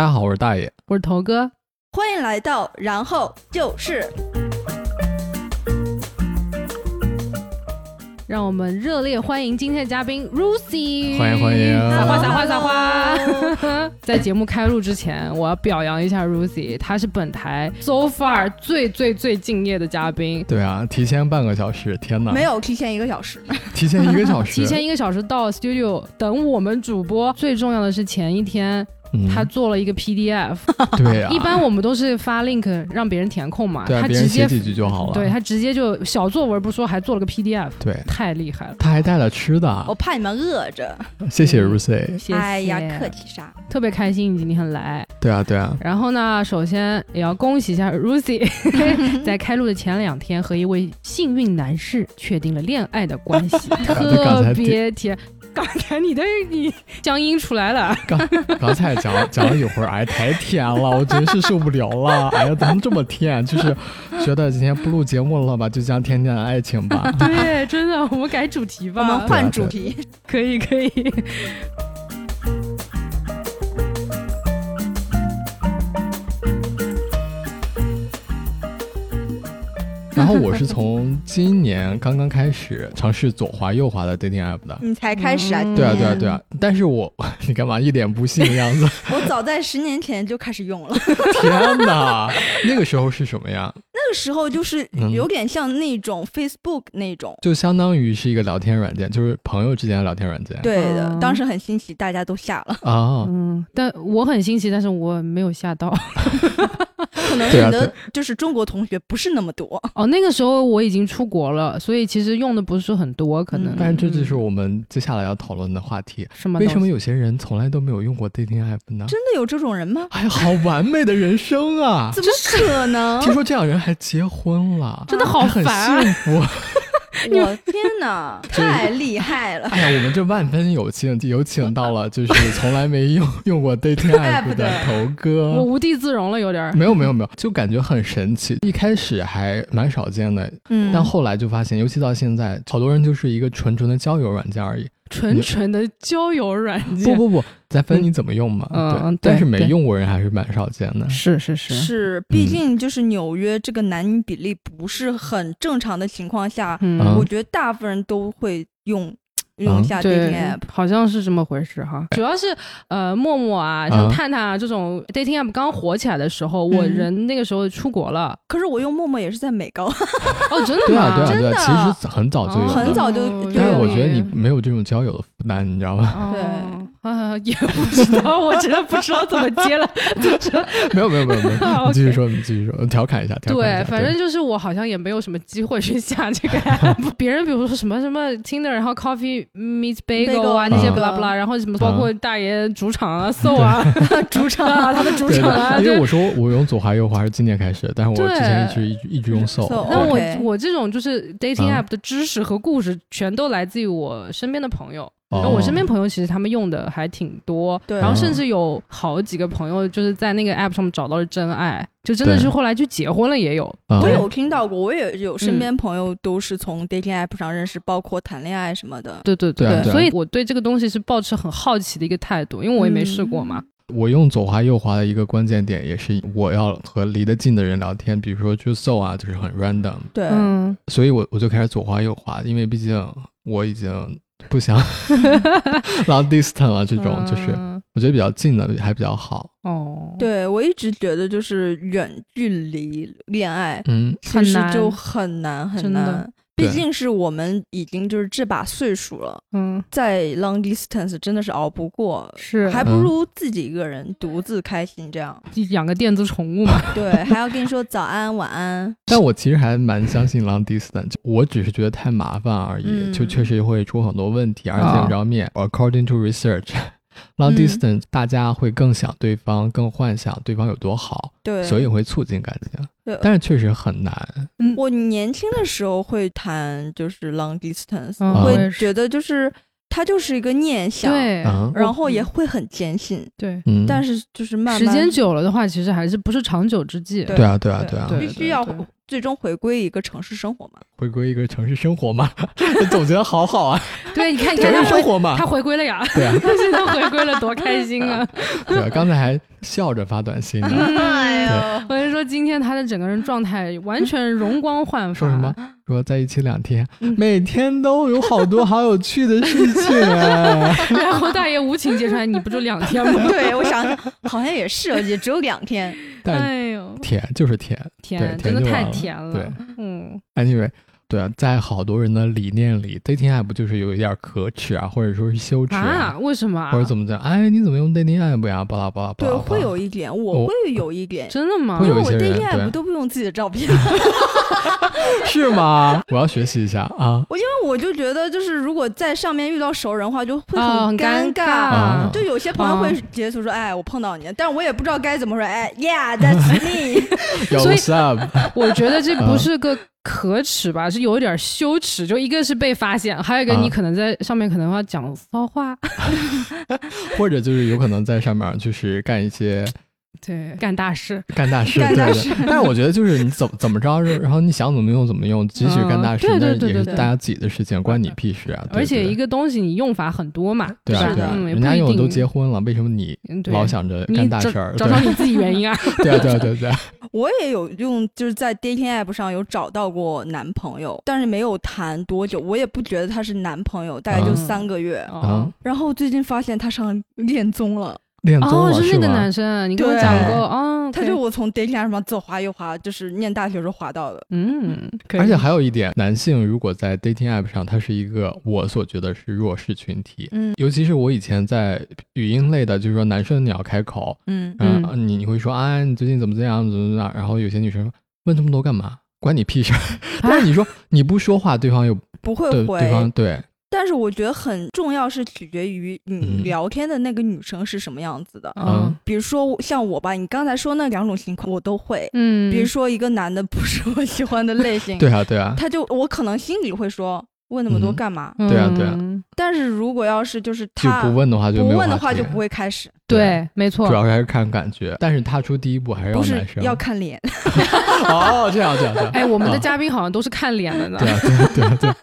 大家好，我是大爷。我是头哥，欢迎来到，然后就是让我们热烈欢迎今天的嘉宾 Lucy，欢迎欢迎撒花撒花撒 Hello，花。在节目开录之前，我要表扬一下 Lucy，她是本台 so far 最最最敬业的嘉宾，对啊，提前半个小时，天哪！没，有提前一个小时，提前一个小时。提前一个小时到 studio 等我们主播。最重要的是前一天嗯，她做了一个 PDF，、对啊，一般我们都是发 link 让别人填空嘛，对啊，她别直人写接几句就好了。对她直接就小作文不说，还做了个 PDF，对太厉害了，他还带了吃的哦我，怕你们饿着。谢谢 Lucy。谢谢，哎呀，客气啥？特别开心，你今天来。对啊，对啊，然后呢，首先也要恭喜一 下 Lucy，在开录的前两天和一位幸运男士确定了恋爱的关 系，特别甜。刚才你的 你江阴出来了，刚才 讲讲了一会儿，哎，太甜了，我真是受不了了。哎呀，怎么这么甜？就是觉得今天不录节目了吧，就讲甜甜的爱情 吧。对，真的，我们改主题我们啊吧，换主题，可以可 以。然后我是从今年刚刚开始尝试左滑右滑的 dating app 的。你才开始啊？嗯对啊，对啊，今对啊！但是我， 你干嘛一脸不信的样子？年我早在十年前就开始用了，天哪，那个时候是什么呀？那个时候就是嗯有点像那种 Facebook 那种。就相当于是一个聊天软件，就是朋友之间的聊天软件。对的嗯，当时很新奇，大家都下 了。啊，嗯，但我很新奇，但是我没有吓到。 可能你对啊的就是中国同学不是那么多，哦，那个时候我已经出国了，所以其实用的不是很多，可能。嗯但是这就是我们接下来要讨论的话题：什么为东西？什么有些人从来都没有用过 dating app 呢？真的有这种人吗？哎呀，好完美的人生 啊！怎么 可能？听说这样人还结婚了，真的好还很烦啊幸福。我天 哪，太厉害了！哎呀，我们这万分有幸，有请到了就是从来没用用过 dating app 的头我哥。无地自容了，有点儿。啊没有没有没有，就感觉很神奇。一开始还蛮少见的，嗯但后来就发现，尤其到现在，好多人就是一个纯纯的交友软件而已。纯纯的交友软不件。不不，咱分你怎么用嘛。嗯嗯但是对没对用过人还是蛮少见的。是是是是，毕竟就是纽约这个男女比例不是很正常的情况下，嗯我觉得大部分人都会用用一下 dating 对 app，，好像是这么回事哎哈。主要是呃，陌陌啊，啊像探探啊这种 dating app 刚火起来的时候，我嗯人那个时候出国 了。可是我用陌陌也是在美高，哦，真的对啊对吗？啊真对的啊，其实很早就有哦了，很早就哦就但是我有觉得了你没有这种交友的负担，你知道吗？哦啊，也不知道，我真的不知道怎么 接了。没有没有没有没有，你 OK 继续说，你继续说，调侃一下，调侃一下。对，反正就是我好像也没有什么机会去下这个 app。别人比如说什么什么 Tinder，然后 Coffee Meets Bagel 啊 Bagel，那些嗯 blah blah，然后什么包括大爷主场啊、搜对啊、 主场啊、他们主对场啊，对，因对为我说我用左滑右滑是今年开始，但是我之前一直一直一直用 Soul， Soul，那我 OK 我这种就是 dating 啊 app 的知识和故事，全都来自于我身边的朋友。哦然后我身边朋友其实他们用的还挺多，对然后甚至有好几个朋友就是在那个 app 上面找到了真爱，就真的对是后来就结婚了也有。啊 我有听到过，我也有身边朋友都是从 dating app 上认识，包括谈恋爱什么的。对对对啊对啊所以我对这个东西是抱持很好奇的一个态度，因为我也没试过嘛。我用左滑右滑的一个关键点也是我要和离得近的人聊天，比如说就 Soul 啊，就是很 random，对，嗯，所以我我就开始左滑右滑，因为毕竟我已经不想 long distance 了，这种就是嗯我觉得比较近的还比较好。哦，，对我一直觉得就是远距离恋爱嗯，其实很难就很难很真的难，对毕竟是我们已经就是这把岁数了，嗯，在 long distance 真的是熬不过。是还还不嗯如自己一个人独自开心，这样养个电子宠物嘛。对，还要跟你说早安、晚安。但我其实还蛮相信 long distance，就我只是觉得太麻烦而已，嗯就确实会出很多问题，而且啊你知道面、according to research。Long 嗯 distance，、大家会更想对方，更幻想对方有多好，对，所以会促进感情对。但是确实很难，我年轻的时候会谈就是 long distance，、嗯我会也是觉得就是它就是一个念想，对啊，然后也会很坚信，对，嗯，但是是就是慢慢时间久了的话，其实还是不是长久之计。对对啊，对啊，啊，对必须要对对最终回归一个城市生活嘛。回归一个城市生活嘛， 总觉得好好啊， 对，你看，你城看他市生回活嘛他，回归了呀，对啊，现在回归了，多开心 啊！对啊，刚才还笑着发短信呢，嗯哎呦，我是说，今天他的整个人状态完全容光焕发。说什么？说在一起两天，嗯每天都有好多好有趣的事情 啊。 然后大爷无情揭穿，你不就两天吗？对，我想想，好像也是，也只有两天。但哎呦，甜就是甜甜，对真甜的就太完了甜了。对嗯， ，anyway，对啊，在好多人的理念里，dating app 就是有一点可耻啊，或者说是羞耻啊，为什么啊？或者怎么讲？哎，你怎么用 dating app 呀？巴拉巴拉巴对，拉。会有一点，我会有一点，真的吗会？因有为一我些人 dating 对 app 都不用自己的照片，是吗？我要学习一下 啊！我因为我就觉得，就是如果在上面遇到熟人的话，就会啊，很尴尬。啊就有些朋友啊会截图说：“哎，我碰到你了。”但是我也不知道该怎么说。哎，Yeah，that's me。有所以 what's up？我觉得这不是个啊可耻吧，是有一点羞耻。就一个是被发现，还有一个啊你可能在上面可能要讲 骚话，或者就是有可能在上面就是干一些对，干大事。干大事，干对大对事对。 但是我觉得就是你怎么怎么着，然后你想怎么用怎么用，即使干大事嗯，对对但是对也对是对大家自己的事情，关你屁事啊！对而且对一个东西你用法很多嘛，对啊吧？对啊，嗯，也人不家一用定。都结婚了，为什么你嗯，对，老想着你干大找事儿？找对找你自己原因啊。对啊对啊对啊对啊，我也有用，就是在 dating app 上有找到过男朋友，但是没有谈多久，我也不觉得他是男朋友，大概就嗯三个月。 啊哦，然后最近发现他上恋综了，恋综 哦，了是是那个吗？男生，你跟我对讲过哦，他 OK 就我从 dating app 上左滑右滑，就是念大学时候滑到的。嗯，可以而且还有一点，男性如果在 dating app 上，他是一个我所觉得是弱势群体。嗯尤其是我以前在语音类的，就是说男生你要开口，嗯嗯嗯，你你会说啊，你最近怎么怎么样怎么怎么样，然后有些女生说问这么多干嘛，关你屁事 儿。但是你说你不说话，对方又不会对对方回，对但是我觉得很重要是取决于你嗯啊聊天的那个女生是什么样子的。嗯比如说我像我吧，你刚才说那两种情况我都会，嗯，比如说一个男的不是我喜欢的 类型，对啊对啊，他就我可能心里会说问那么多嗯干嘛？对啊对啊嗯但是如果要是就是就他不问的话就没不有问的话话题就不会开始，对，没错主，要是还是看感觉，但是踏出第一步还是不男是生。要看脸。 哦，这样这样这样。哎，我们的啊嘉宾好像都是看脸的呢对。啊对啊对啊对啊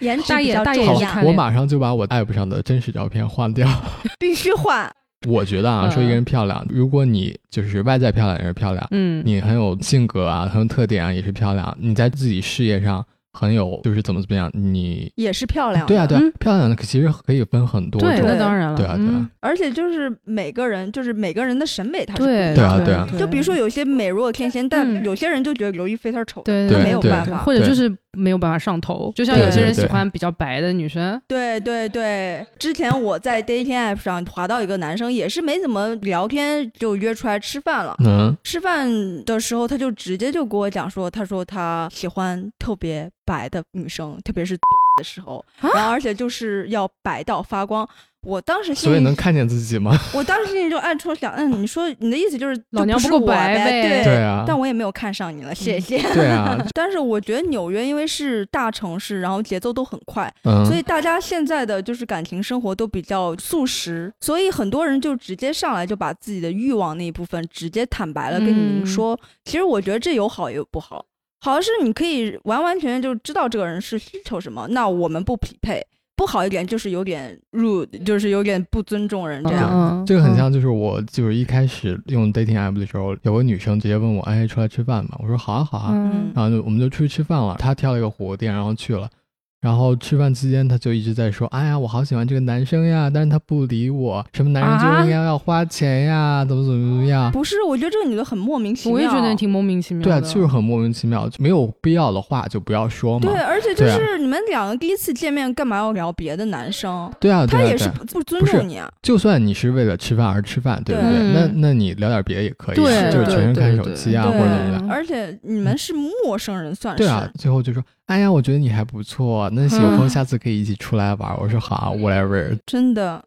颜值大比爷较大重爷也是要，看我脸马上就把我 app 上的真实照片换掉。 必须换。我觉得啊，嗯说一个人漂亮，如果你就是外在漂亮也是漂亮，嗯，你很有性格啊，很有特点啊，也是漂亮。你在自己事业上很有，就是怎么怎么样，你也是漂亮，对啊对啊嗯，漂亮的可其实可以分很多种。对，对那当然了，对啊对嗯啊，而且就是每个人，就是每个人的审美他是不一对样对啊的。对啊就比如说有些美若天仙，但嗯有些人就觉得刘亦菲她是丑的。对对没有对办法或者就是没有办法上头，就像有些人喜欢比较白的女生，对对对，之前我在 dating app 上滑到一个男生，也是没怎么聊天就约出来吃饭了。嗯，吃饭的时候，他就直接就跟我讲说，他说他喜欢特别白的女生，特别是 的时候，啊然后而且就是要白到发光。我当时心所里，以能看见自己吗？我当时心里就暗戳想，嗯，你说你的意思就是老娘就不不够是我白呗呗，对对啊，但我也没有看上你了，谢嗯谢。对啊， 但是我觉得纽约因为是大城市，然后节奏都很快，嗯，所以大家现在的就是感情生活都比较速食，所以很多人就直接上来就把自己的欲望那一部分直接坦白了跟你嗯明说。其实我觉得这有好也有不好，好是你可以完完全全就知道这个人是需求什么，那我们不匹配。不好一点就是有点 rude，就是有点不尊重人这样。嗯这个很，像，就是我就是一开始用 dating app 的时候，有个女生直接问我，哎，出来吃饭吧？我说好啊好啊，嗯然后就我们就出去吃饭了。她挑了一个火锅店，然后去了。然后吃饭期间，她就一直在说：“哎呀，我好喜欢这个男生呀，但是他不理我，什么男人啊就应该要花钱呀，怎么怎么怎么样。不是，我觉得这个女的很莫名嗯其妙。我也觉得挺莫名其”妙对啊，的，就是很莫名其妙，就没有必要的话就不要说嘛对，。而且就对啊是你们两个第一次见面，干嘛要聊别的男生？对啊，对他啊，也对是啊，不不尊不是重你啊。就算你是为了吃饭而吃饭，对不对对？那嗯那你聊点别的也可以，啊对就是全对身对看手对机啊，或对者怎么样。嗯而且你们是陌生人，算是对啊，最后就说，哎呀，我觉得你还不错，嗯那有空下次可以一起出来玩。我说好，whatever。真的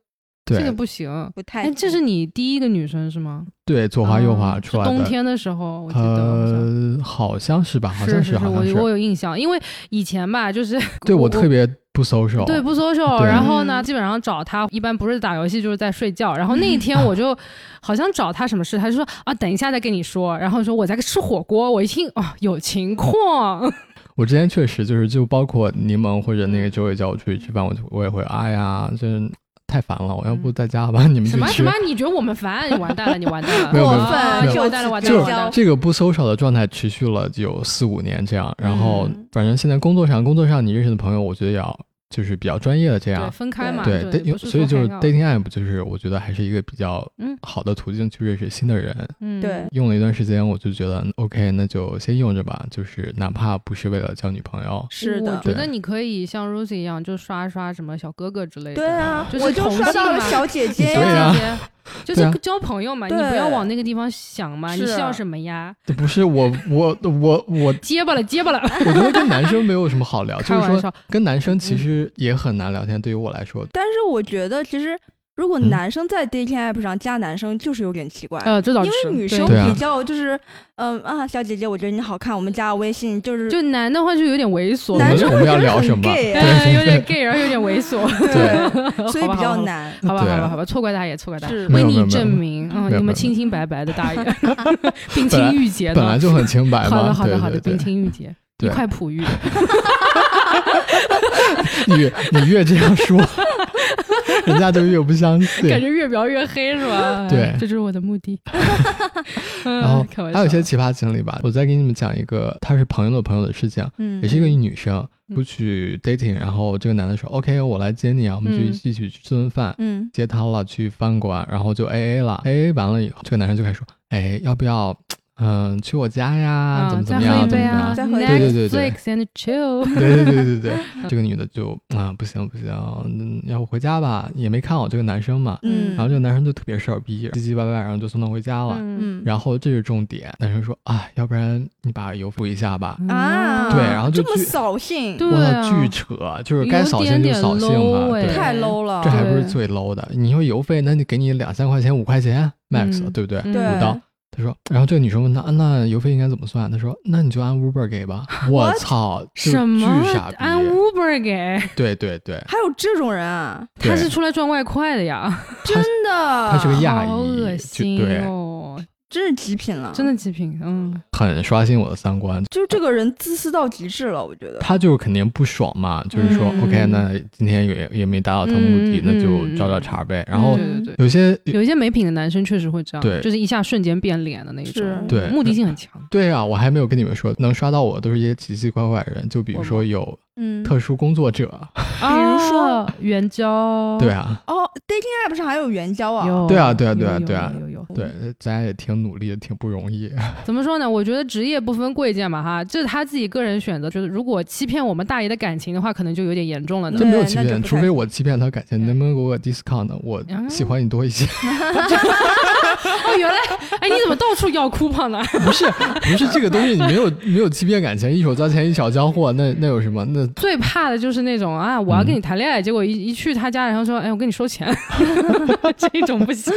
对、这个不行。不太哎，行。这是你第一个女生是吗？对，左滑右滑嗯出来的。是冬天的时候，我记得好像。呃呃，好像是吧？好像是好像我是。我有印象，因为以前吧，就是 对我我特别不 social，对，不 social，对然后呢，嗯基本上找他一般不是打游戏就是在睡觉。然后那一天啊我就好像找他什么事，他就说啊，等一下再跟你说。然后说我在吃火锅，我一听哦有情况，我之前确实就是，就包括柠檬或者那个周伟叫我出去吃饭，我就我也会，哎呀，真是太烦了，我要不在家吧，你 们嗯什去么什吃么。，你觉得我们烦？你完蛋了，你完蛋了，没有没有啊没有完蛋了，完蛋就了，是完蛋了。这个不 social 的状态持续了有四五年这样，然后嗯反正现在工作上，工作上你认识的朋友，我觉得也要就是比较专业的这对，样，分开嘛，对，对，对不是所以说就是还要 dating app 就是我觉得还是一个比较嗯好的途径去认识新的人。嗯，对用了一段时间，我就觉得 OK，那就先用着吧，就是哪怕不是为了交女朋友，是我的，觉得你可以像 Rosie 一样，就刷刷什么小哥哥之类的。对啊，就是我就同刷性到了嘛小 姐姐对呀、啊哎姐姐，就对啊是交朋友嘛，你不对要往那个地方想嘛，你是啊笑什么呀？这不是我我我我结巴了，结巴了，哎我觉得跟男生没有什么好聊， 开就是玩说笑。跟男生其实也很难聊天。对于我来说，但是我觉得其实。如果嗯男生在 dating app 上加男生，就是有点奇怪，呃，这倒哎因是为女对生对啊比较就是，嗯啊，小姐姐，我觉得你好看，我们加个微信，就是就男的话就有点猥琐，我男们生我们要聊什么会觉得很哎 gay，有点 gay，然后有点猥 琐， 对，所以比较难。难。好吧，好对吧啊好吧，好吧，错怪大爷，错怪大爷。是没为有没有你没有证明，有没嗯，有你没有们清清白白 的大爷，冰清玉 洁本来的。就很清白嘛。好的，好的，好的，对冰对对，清玉洁，一对块璞玉。你越你越这样说，人家就越不相感信。觉越描越黑是吧？对哎这就是我的目 的。然然后嗯开玩笑，还有一些奇葩经历吧，我再给你们讲一个，她是朋友的朋友的事情，嗯也是一个女生嗯出去 dating，然后这个男的说 OK，我来接你啊，我们就嗯一起去吃顿饭。嗯接他了，去饭馆，然后就 A A 了，A A 完了以后，这个男生就开始说，哎，要不要，嗯、去我家呀，啊怎么怎再么喝样，一怎么怎杯么啊样，怎么样对对对对 Netflix and chill。 对对对对对，这个女的就啊、不行不行，嗯要不回家吧，也没看我这个男生嘛，嗯然后这个男生就特别事儿逼，唧唧歪歪，然后就送她回家了，嗯嗯然后这是重点，男生说，啊，要不然你把油补一下吧，啊，嗯对然后就这么去扫兴，嗯对我啊操，巨扯，就是该扫兴就扫兴嘛，有点点 low 哎对。太 low 了这。还不是对最 low 的，你说油费，那你给你两三块钱、五块钱 max，、嗯对不对？嗯对五刀。他说，然后这个女生问他，啊那邮费应该怎么算？他说，那你就按 Uber 给吧。我 What？操，就是什么巨傻逼！按 Uber 给？对对对，还有这种人啊，他是对出来赚外快的呀，真的，他是个亚裔，好恶就心对，哦，真是极品了，真的。极品，嗯，很刷新我的三观。就是这个人自私到极致了，我觉得。他就是肯定不爽嘛，就是说、嗯 OK，那今天也也没达到他目的，嗯那嗯就嗯找找茬呗。然后对对对。有些有一些没品的男生确实会这样，哦对就是一下瞬间变脸的那一是种，对目的性很强。对啊，我还没有跟你们说，能刷到我都是一些奇奇怪怪的人，就比如说有嗯，特殊工作者，比如说援交，对啊，哦，dating app 上还有援交啊，有，对啊对啊对啊有有对啊有有有。对，咱家也挺努力，挺不容易。怎么说呢？我觉得职业不分贵贱嘛，哈，这是他自己个人选择。就是如果欺骗我们大爷的感情的话，可能就有点严重了呢这。没有欺那就骗，不太除非我欺骗他感情，你对啊能不能给我 discount？我喜欢你多一 些，哦， 原来，哎，你怎么到处要 coupon 呢？ 不是不是这个东西，你没有没有欺骗感情，一手交钱一脚交货，那那有什么？那最怕的就是那种啊，我要跟你谈恋爱，结果一一去他家，然后说，哎，我跟你收钱，这种不行。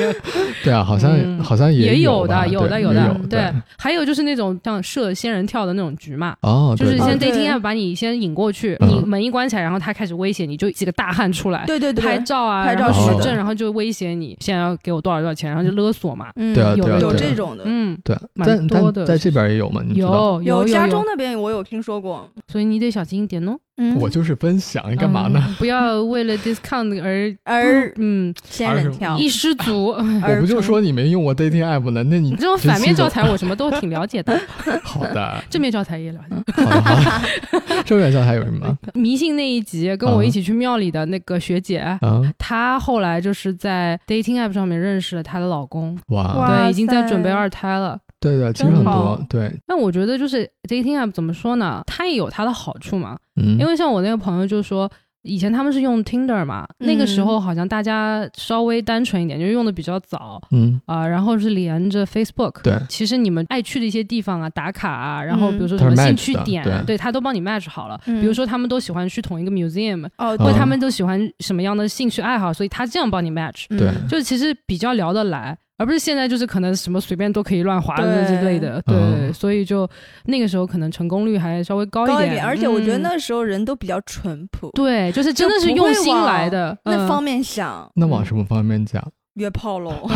对啊，好像、嗯好像也有吧的，有的，对有也的，有嗯对。还有就是那种像设仙人跳的那种局嘛。哦，就是对对先对 dating 对 app 把你先引过去，嗯你门一关起来，然后他开始威胁你，就几个大汉出来，对对对，拍照啊，拍照然后是取的证，然后就威胁你，现在要给我多少多少钱，然后就勒索嘛。嗯，对啊有对啊有对这啊种的，嗯，对，蛮但多但的在这边也有嘛？你知道，有有加州有，那边我有听说过，所以你得小心一点哦。嗯 我就是分享，你干嘛呢？ 嗯不要为了 discount 而而嗯仙人跳，一失 足。我不就说你没用过 dating app 呢？那你你这种真反面心教的材我什么都挺了解的， 好的，正面教材也了解。好的好的。 正面教材有什么？迷信那一集跟我啊一起去庙里的那个学姐，啊，她后来就是在 dating app 上面认识了她的老公，哇，哇对，已经在塞准备二胎了。对对，其实真很好多，对，但我觉得就是 dating app 怎么说呢，它也有它的好处嘛。嗯，因为像我那个朋友就说，以前他们是用 Tinder 嘛，嗯那个时候好像大家稍微单纯一点，就用的比较早嗯，啊、然后是连着 Facebook。对，其实你们爱去的一些地方啊，打卡啊，然后比嗯如说它什是么 match 兴趣的点啊，对对他都帮你 match 好了。嗯比如说他们都喜欢去同一个 museum，哦，或对者嗯他们都喜欢什么样的兴趣爱好，所以他这样帮你 match，对嗯就是其实比较聊得来。而不是现在就是可能什么随便都可以乱划的对哦之类的，对，嗯所以就那个时候可能成功率还稍微高高一一点，而且我觉得嗯那时候人都比较淳朴，对，就是真的是用心来的，那嗯方面想那往什么方面讲？约炮喽，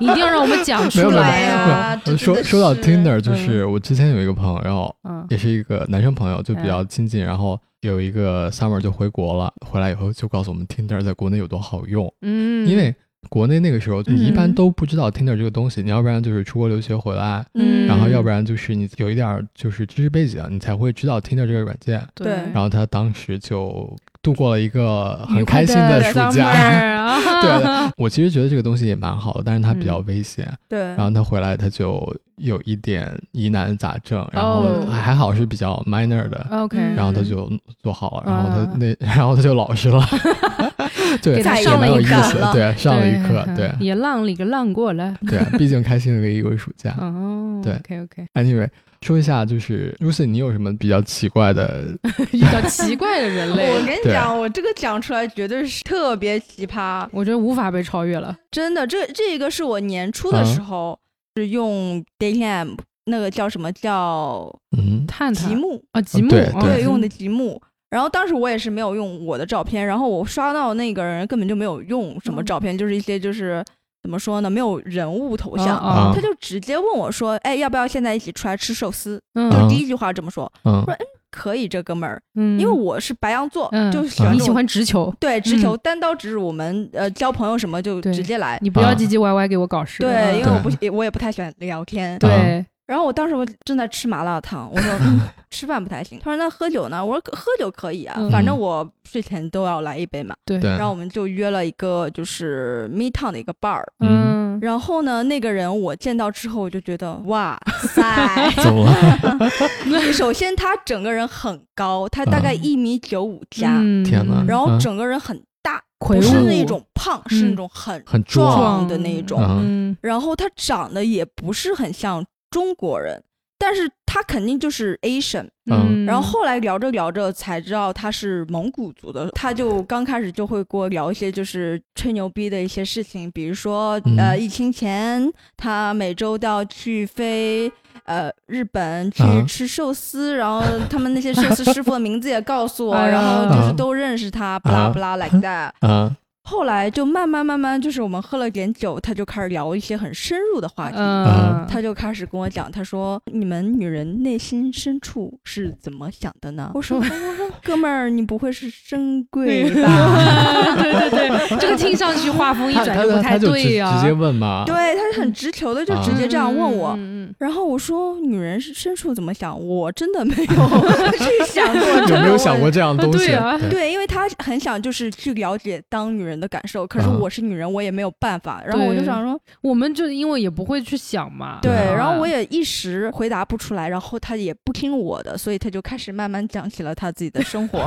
一定要让我们讲没出有没有来没有呀、没有啊这呃真说的说到是 Tinder，就是我之前有一个朋友，嗯也是一个男生朋友，就比较亲近，然后有一个 summer 就回国了，回来以后就告诉我们 Tinder 在国内有多好用，嗯，因为国内那个时候你一般嗯都不知道 Tinder 这个东西，你要不然就是出国留学回来，嗯然后要不然然就是你有一点儿就是知识背景，你才会知道 Tinder 这个软件。对，然然后他当时就度过了一个愉很快开心的暑 summer 假。啊 对的，我其实觉得这个东西也蛮好的，但是它比较嗯危险。对，然后他回来他就有一点疑难杂症，然后哦还好是比较 minor 的。 ，OK，嗯 然后他就做好了，然后啊他那，然后他就老实 了，对，给他也上蛮了嗯有一意课思了，对，上了一课，对也浪里个浪过 了，对，毕竟开心了一个暑假。哦，对，OK OK， Anyway，说一下就是 Lucy，你有什么比较奇怪的？ 遇到奇怪的人我类，跟你对讲，我这个讲出来绝对是特别奇葩，我觉得无法被超越了，真的。这这个是我年初嗯的时候是用 dating app 那个叫什么叫嗯，探积探木，啊，积木，对哦对，用的嗯积木。然后当时我也是没有用我的照片，然后我刷到那个人根本就没有用嗯什么照片，就是一些就是怎么说呢，没有人物头像。哦哦啊他就直接问我说：“哎，要不要现在一起出来吃寿司？”啊嗯第一句话这么说，嗯不，是可以，这哥们儿，嗯，因为我是白羊座，嗯就喜欢你这喜种欢直球，对直球单刀直入，我们呃交朋友什么就对直接来。你不要啊唧唧歪歪给我搞事，对，因为嗯我不也我也不太喜欢聊天。啊对，然后我当时我正在吃麻辣烫，我说、嗯吃饭不太行。他说那喝酒呢？我说喝酒可以啊嗯，反正我睡前都要来一杯嘛。对，然后我们就约了一个就是 me town 的一个 bar。嗯，然后呢，那个人我见到之后，我就觉得哇 塞！怎么了？首先他整个人很高，他大概嗯一米九五加，嗯天哪然后嗯整个人很大，魁不是梧那种胖，是嗯那种很很壮，壮的那一种。嗯嗯然后他长得也不是很像中国人，但是他肯定就是 Asian。嗯然后后来聊着聊着才知道他是蒙古族的，他就刚开始就会给我聊一些就是吹牛逼的一些事情，比如说、嗯呃疫情前他每周都要去飞。呃，日本去啊吃寿司，然后他们那些寿司师傅的名字也告 诉我，哎呀然后就是啊都认识他，不拉不 拉 like that。啊，后来就慢慢慢慢，就是我们喝了点酒，他就开始聊一些很深入的话题。嗯，他就开始跟我讲，他说：“你们女人内心深处是怎么想的呢？”我说：“嗯哥们儿，你不会是深柜 吧对对对，这个听上去画风一他转他就不他他太就直对啊呀，直接问嘛？”，对，他是很直球的，就直接这样问我。嗯，然后我说：“女人是深处怎么想？我真的没 有去想过这个问题。”有没有想过这样的东西？对啊对对，因为他很想就是去了解当女人的感受，可是啊我是女人，我也没有办法。然后我就对想说，我们就因为也不会去想嘛，嗯对，啊然后我也一时回答不出来，然后他也不听我的，所以他就开始慢慢讲起了他自己的生活。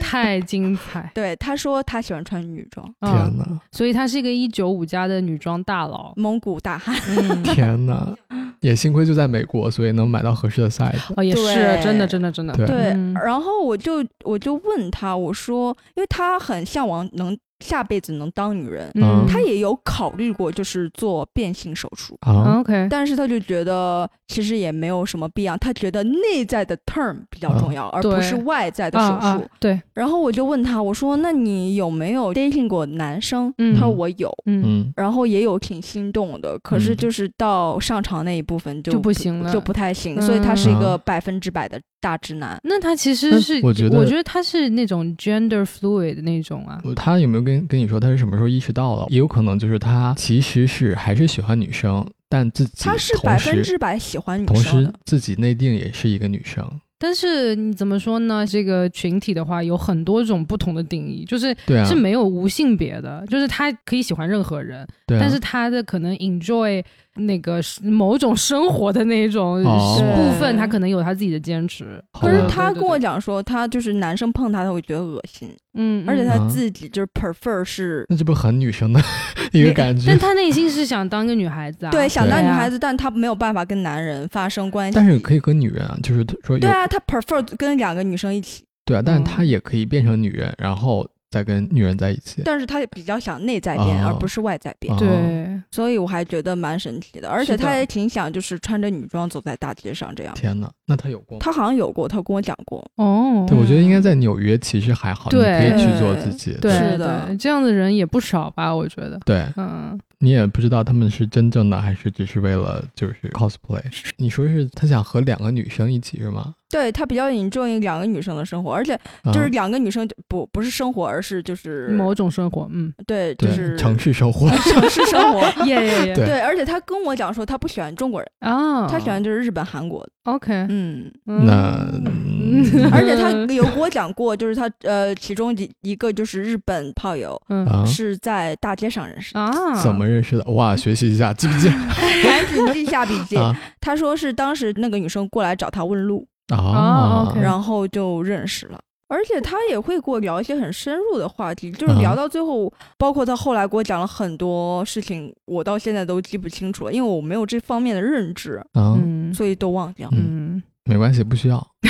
太精 彩，对，他说他喜欢穿女装，嗯，天哪，所以她是一个一九五加的女装大佬，蒙古大汉。嗯，天哪！也幸亏就在美国，所以能买到合适的 size。 哦，也是对真的，真的，真的，对对，嗯然后我就我就问他，我说，因为他很向往能下辈子能当女人，嗯他也有考虑过就是做变性手术。嗯啊， OK，但是他就觉得其实也没有什么必要，他觉得内在的 term 比较重要，而不对是外在的啊手术。啊，对，然后我就问他，我说：“那你有没有 dating 过男生？”嗯他说：“我有。”嗯，嗯，然后也有挺心动的，可是嗯就是到上场那一部分就就不行了就不太行，所以他是一个嗯百分之百的大直男。那她其实嗯但是，我觉得我觉得她是那种 gender fluid 的那种啊，他有没有跟跟你说他是什么时候意识到了？也有可能就是他其实是还是喜欢女生，但自己他是百同分时之百喜欢女同生时的，自己内定也是一个女生。但是你怎么说呢？这个群体的话，有很多种不同的定义，就是对啊，是没有无性别的，就是他可以喜欢任何人，对啊，但是他的可能 enjoy 那个是某种生活的那种哦是部分，对他可能有他自己的坚持。好可吧是对他跟我讲，讲说，他就是男生碰他，他会觉得恶心，嗯，嗯而且他嗯自己就是 prefer 是。那这不是很女生的 一个感觉但？他内心是想当个女孩子啊， 对，想当对女啊孩子，但他没有办法跟男人发生关系。但是可以跟女人啊，就是说有对啊，他 prefer 跟两个女生一起。对啊，但是嗯他也可以变成女人，然后在跟女人在一起。但是他比较想内在变，哦而不是外在变，哦对，所以我还觉得蛮神奇的。而且是的他也挺想就是穿着女装走在大街上这样。天哪，那他有过吗？他好像有过，他跟我讲过，哦，对，我觉得应该在纽约其实还好，你可对以去做自己。对是的对这样的人也不少吧？我觉得，对嗯，你也不知道他们是真正的还是只是为了就是 cosplay。你说是他想和两个女生一起是吗？对他比较引重于两个女生的生活，而且啊就是两个女生就不不是生活，而是就是某种生活， 嗯，对就对是城 市生活城市生活，耶耶 耶，对对，而且他跟我讲说他不喜欢中国人，啊，他喜欢就是日本、韩国， OK，嗯，嗯那嗯而且他有跟我讲过，就是他呃，其中一一个就是日本炮友嗯啊是在大街上认识的，啊，怎么认识的？哇，学习一下，记不记 赶紧记下笔记。啊？他说是当时那个女生过来找他问路，啊，OK 嗯然后就认识了。而且他也会跟我聊一些很深入的话题，就是啊聊到最后，包括他后来给我讲了很多事情，我到现在都记不清楚了，因为我没有这方面的认知，啊，嗯所以都忘掉。嗯没关系，不需要。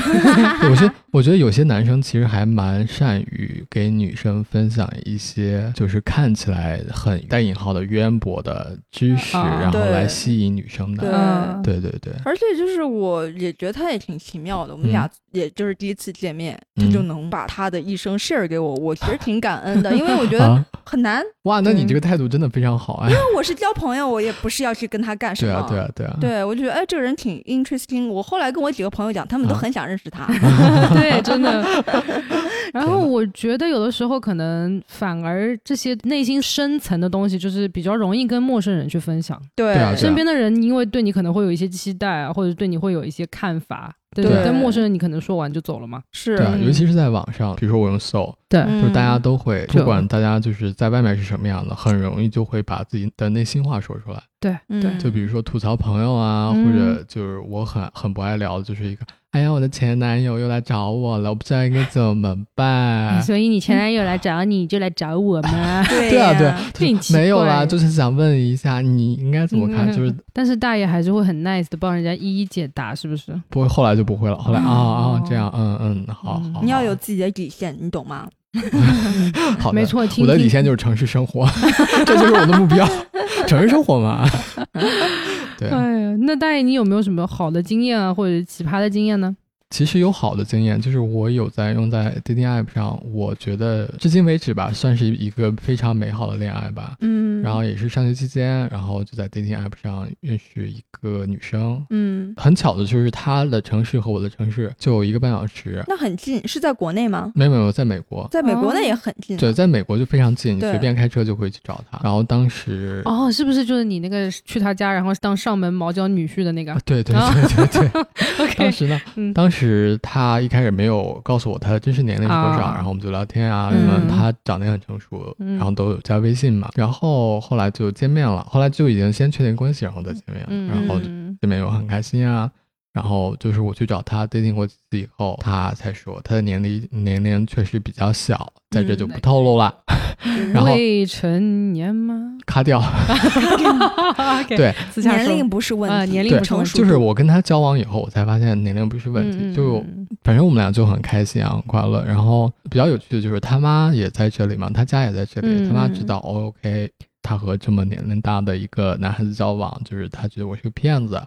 我觉得，我觉得有些男生其实还蛮善于给女生分享一些，就是看起来很带引号的渊博的知识，啊然后嗯对来吸引女生的。嗯对对对，而且就是我也觉得他也挺奇妙的，我们嗯俩也就是第一次见面，嗯他就能把他的一生 share 给我，我其实挺感恩的，因为我觉 得啊，很难。哇，那你对这个态度真的非常好哎。因为我是交朋友，我也不是要去跟他干什对么。啊，对啊，对啊。对我就觉得哎，这个人挺 interesting。我后来跟我几个朋友讲，他们都啊很想认 识他。 对，真的。然后我觉得有的时候可能反而这些内心深层的东西，就是比较容易跟陌生人去分享。对对啊对啊身边的人因为对你可能会有一些期待啊，或者对你会有一些看法，对对但陌生人你可能说完就走了嘛。是嗯对啊，嗯尤其是在网上，比如说我用搜，对就是大家都会，就不管大家就是在外面是什么样的，很容易就会把自己的内心话说出来。对嗯。对，就比如说吐槽朋友啊，嗯或者就是我很很不爱聊，的就是一个，哎呀，我的前男友又来找我了，我不知道应该怎么办。所以你前男友来找你，就来找我嘛 对对啊，对呀啊，这很奇 怪没有啦，就是想问一下你应该怎么看，嗯就是但是大爷还是会很 nice 的帮人家一一解答，是不是？不会，后来就不会了，后来啊啊哦这样，嗯嗯，好嗯，好你要好有自己的底线，你懂吗？ 好的没错，听我的底听线就是城市生活，这就是我的目标，城市生活嘛。对，哎呀，那大爷，你有没有什么好的经验啊，或者奇葩的经验呢？其实有好的经验，就是我有在用在 dating app 上，我觉得至今为止吧，算是一个非常美好的恋爱吧。嗯然后也是上学期间，然后就在 dating app 上认识一个女生。嗯，很巧的就是她的城市和我的城市就有一个半小时，那很近，是在国内吗？没有没有，在美国。在美哦国那也很近。啊对，在美国就非常近，你对随便开车就可以去找她。然后当时，哦，是不是就是你那个去他家，然后当上门毛脚女婿的 那个啊对对啊对对对，当？OK，时呢，嗯当时他一开始没有告诉我他的真实年龄是多少，啊然后我们就聊天啊，什嗯么、他长得也很成熟，嗯然后都有加微信嘛，然后后来就见面了，后来就已经先确定关系，然后再见面，嗯，然后嗯见面又很开心啊。然后就是我去找他 dating 过几次以后，他才说他的年龄年龄确实比较小，在这就不透露嗯了，然后未成年吗 卡掉。 ？OK，对，私下年说龄不是问啊题，年龄对不成，熟就是我跟他交往以后，我才发现年龄不是问题，嗯嗯就嗯反正我们俩就很开心啊，很快乐。然后比较有趣的就是他妈也在这里嘛，他家也在这里，嗯他妈知道、哦、OK，他和这么年龄大的一个男孩子交往，就是他觉得我是个骗 子，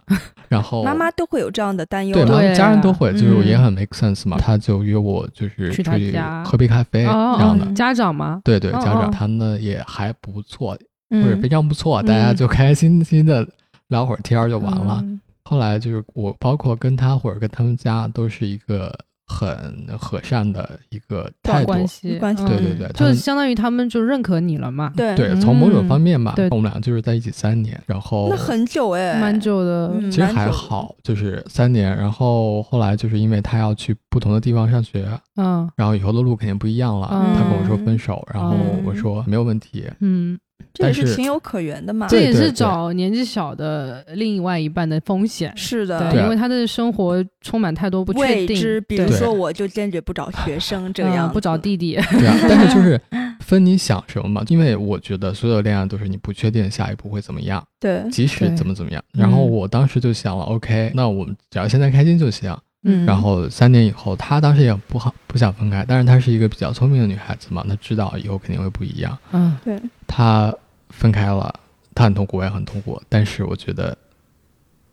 然后妈妈都会有这样的担忧对妈了。对妈啊家人都会，就是我嗯也很 make sense 嘛，他就约我就是去出他去家喝杯咖啡哦哎这样的。哦家长吗？对对，哦家哦长他们也还不错，或者嗯非，常不错，大家嗯就开开心心的聊会儿天儿就完了。嗯后来就是我，包括跟他或者跟他们家，都是一个很和善的一个态度。关系，关系嗯对对对他就们相当于他们就认可你了嘛，对对，嗯从某种方面吧，对我们俩就是在一起三年，然后那很久哎，蛮久的，嗯，其实蛮久还的。好，就是三年。然后后来就是因为他要去不同的地方上学，嗯然后以后的路肯定不一样了。嗯他跟我说分手，然后嗯我说没有问题。嗯，这也但是是情有可原的嘛。这对也是找年纪小的另外一半的风险，是的，对，对啊因为他的生活充满太多不确未定，知，比如对说我就坚决不找 学生这个嗯样子，不找弟弟，对啊， 但是就是分你想什么嘛，因为我觉得所有恋爱都是你不确定下一步会怎么样。对，即使嗯对怎么怎么样。嗯然后我当时就想了、o k 那我们只要现在开心就行。嗯然后三年以后，她当时也不好不想分开，但是她是一个比较聪明的女孩子嘛，她知道以后肯定会不一样。嗯对，她分开了，她很痛苦，我也很痛苦，但是我觉得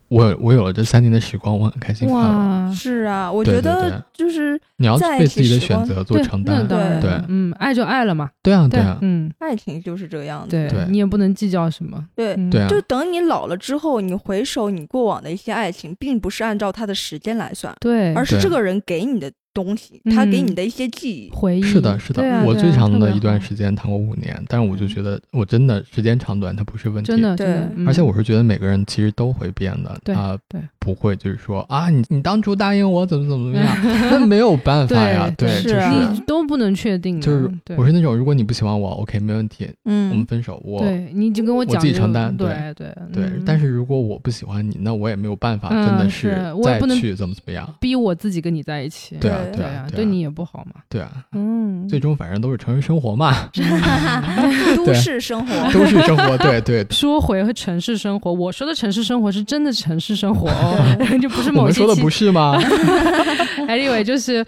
我有我有了这三年的时光，我很开心快乐。哇，是啊，我对觉对得就是你要在一为起自己的时选光择做对，承那担，当然对了嗯，爱就爱了嘛，对啊，对啊，嗯，爱情就是这样的，对对你也不能计较什么，对嗯对啊就等你老了之后，你回首你过往的一些爱情，并不是按照他的时间来算，对，而是对这个人给你的东西，他给你嗯的一些记忆。回忆是的，是的，对啊我对啊最特长的别一段好嗯时间谈过五年，但是我就觉得我真的时间长短它不是问题，真的对真的，嗯而且我是觉得每个人其实都会变的，对啊，对不会就是说啊，你你当初答应我怎么 怎么怎么样，那没有办法呀，对对，是就啊你都不能确定的，啊就是对我是那种如果你不喜欢我，OK，没问题，我们 嗯，分手，我对，你就跟我我讲自己就承担对对对嗯，但是如果我不喜欢你，那我也没有办法，嗯真的是我也再不能去怎么怎么样，逼我自己跟你在一起，对啊，对对啊啊，，对啊你也不好 嘛，对啊，嗯，最终反正都是成人生活 嘛，都对市生活，都是生活，对 对。说回和城市生活，我说的城市生活是真的城市生活哦， 就不是 我某们些说的期不是 吗？ anyway，就是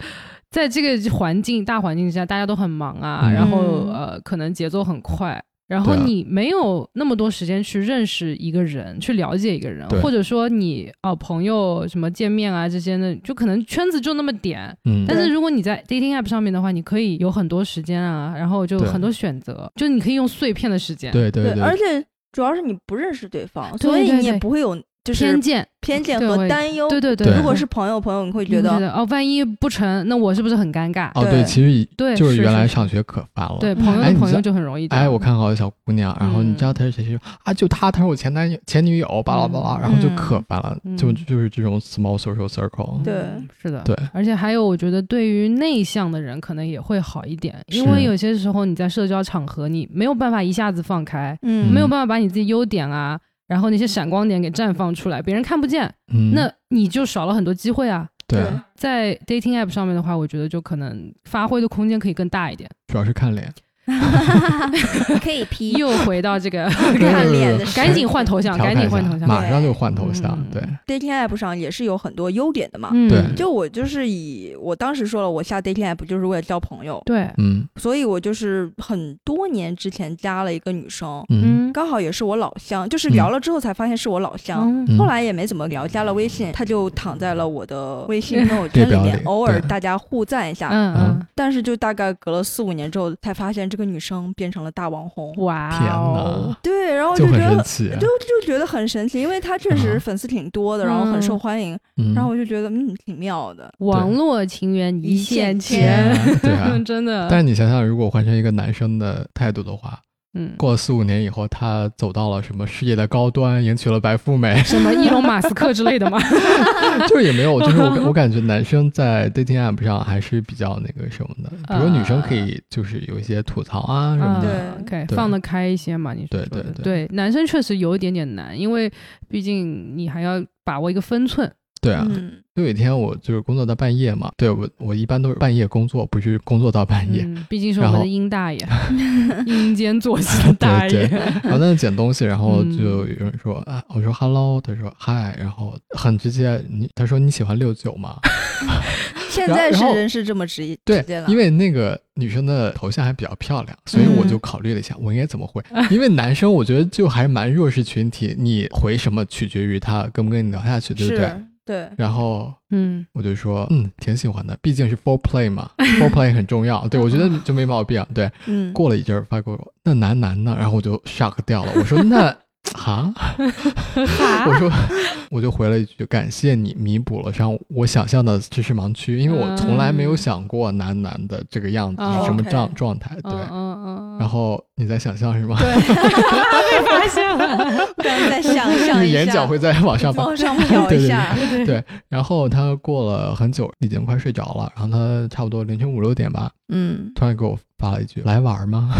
在这个环境大环境下，大家都很忙啊，嗯然后呃，可能节奏很快。然后对啊你没有那么多时间去认识一个人，去了解一个人对，或者说你哦、朋友什么见面啊这些的，就可能圈子就那么点。嗯，但对是如果你在 dating app 上面的话，你可以有很多时间啊，然后就对很多选择，就你可以用碎片的时间、对对而且主要是你不认识对方，所对以对你也对不会有就是偏见，偏见对和我也担忧。对对对如果是朋友，朋友你会你觉会得，哦，万一不成，那我是不是很尴尬？哦，对对，其实对就是是原来是上学可烦了。 对朋友哎的你朋知友道就嗯很容易这样。哎，我看好个小姑娘，然嗯后你知道她是谁谁谁啊？就她，她是我前男友前女友，巴拉巴拉，然后就可烦了，嗯就嗯就是这种 small social circle。对嗯是的，对而且还有，我觉得对于内向的人可能也会好一点，因是为有些时候你在社交场合，你没有办法一下子放开，嗯，没 有办法把你自己优点啊，然后那些闪光点给绽放出来，别人看不见，嗯，那你就少了很多机会啊。对，对在 dating app 上面的话，我觉得就可能发挥的空间可以更大一点。主要是看脸，可以 P 又回到这个，看脸的时候，赶紧换头像，调赶侃紧一换下头，像。马上就换头像嗯，对， dating app 上也是有很多优点的嘛。嗯，对就我就是以我当时说了，我下 dating app 就是为了交朋友，对，嗯所以我就是很多年之前加了一个女生，嗯嗯，刚好也是我老乡，就是嗯聊了之后才发现是我老乡。嗯嗯，后来也没怎么聊，加了微信，她就躺在了我的微信朋友列圈里嗯表面里，偶尔对大家互赞一下。嗯嗯，但是就大概隔了四五年之后，才发现这个女生变成了大网红。哇天哦哪，，对，然后就觉很得神奇。啊就就觉得很神奇，因为她确实嗯粉丝挺多的，然后很受嗯欢迎，嗯然后我就觉得嗯挺妙的。网络情缘一线天牵，啊对 啊。真的。但是你想想，如果换成一个男生的态度的话，嗯，过了四五年以后，他走到了什么事业的高端，迎娶了白富美， 什么伊隆马斯克之类的嘛，就是也没有，就是我我感觉男生在 dating app 上还是比较那个什么的，比如女生可以就是有一些吐槽啊什么啊的，对，OK，对放得开一些嘛，你说对说的对对，男生确实有一点点难，因为毕竟你还要把握一个分寸，对啊，嗯，就有一天我就是工作到半夜嘛，对我我一般都是半夜工作，不是工作到半夜，嗯，毕竟是我然们后的殷 大爷，阴间作息的大爷对，然后在那捡东西，然后嗯就有人说啊，我说 hello，他说嗨，然后很直接，你他说你喜欢六九吗？现然在然是后人是这么直对直接了，，因为那个女生的头像还比较漂亮，所以我嗯就考虑了一下，我应该怎么 回。因为男生我觉得就还蛮弱势群体，你回什么取决于他跟不跟你聊下去，对不对？是对，然后嗯，我就说，嗯，挺喜欢的，毕竟是 four play 嘛，four play 很重要。对，我觉得就没毛病。对，嗯，过了一阵儿发给我，那男男呢？然后我就 shock 掉了，我 说那哈，我说我就回了一句感谢你弥补了上我想象的知识盲区，因为我从来没有想过男男的这个样子嗯是什么嗯哦状，OK 状态，对嗯。嗯嗯，然后你在想象是吗？被发现 了， 不然再想就象 是一下，眼角会在往上跑。往上瞟一下，对，然后他过了很久，已经快睡着了，然后他差不多凌晨五六点吧，嗯，突然给我发了一句“来玩吗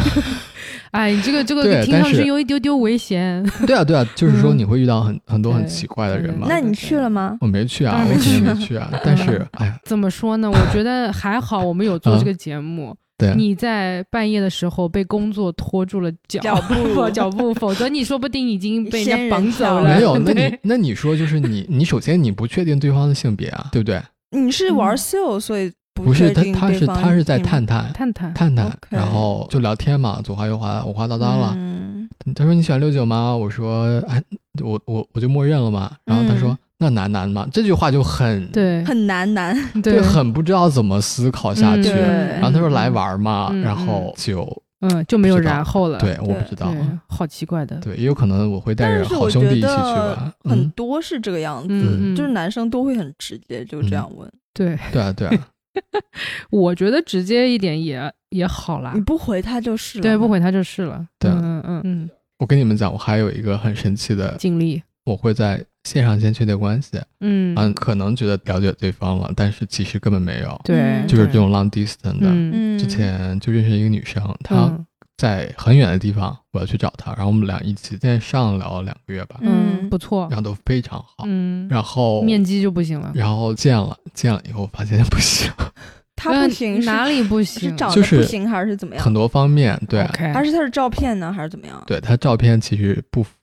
哎，你这个这对个听但上去是有一丢丢危险，？”对啊，对啊，就是说嗯你会遇到很很多很对奇怪的对人对嘛。那你去了吗？我没去当啊，然嗯我没肯定去没去啊。但是，哎呀，怎么说呢？我觉得还好，我们有做这个节目。对，啊你在半夜的时候被工作拖住了脚 脚 步脚步，否则你说不定已经被人仙家人绑跳走了了。没有？那对 你那你说，就是你你首先你不确定对方的性别啊，对不对？你是玩嗯 sale，、所以不是确他定他对是方他是在你探探探探，探探， OK 然后就聊天嘛，左滑右滑，我滑到他了。嗯他说你喜欢六九吗？我说哎，我我我就默认了嘛。然后他说、嗯那难难吗？这句话就很对很难难，就对，很不知道怎么思考下嗯去。对然后他说来，玩嘛，嗯然后就嗯，就没有不知道然后了，对，我对不知道。啊对好奇怪的，对，也有可能我会带着但是好我兄弟一觉起去得吧。很嗯，多是这个样子，嗯，嗯就是男生都会很直接，就这样问。对，对啊，对啊，我觉得直接一点也也好啦你，嗯不回他就是了对，不嘛回他就是了，对啊嗯嗯嗯，我跟你们讲，我还有一个很神奇的，尽力，我会在线上先确定关系，嗯，嗯，可能觉得了解对方了，但是其实根本没有，对，就是这种 long distance 的。嗯，嗯，之前就认识一个女生，她嗯在很远的地方，我要去找她，然后我们俩一起在上聊了两个月吧，嗯嗯不错然，后都非常好，嗯，然后面基就不行了，然后见了见了以后，发现不行，他不嗯行是哪里不是行？长就得不是行还是怎么样？很多方面对。啊 OK，还是他的照片呢，还是怎么样？对她照片其实不符，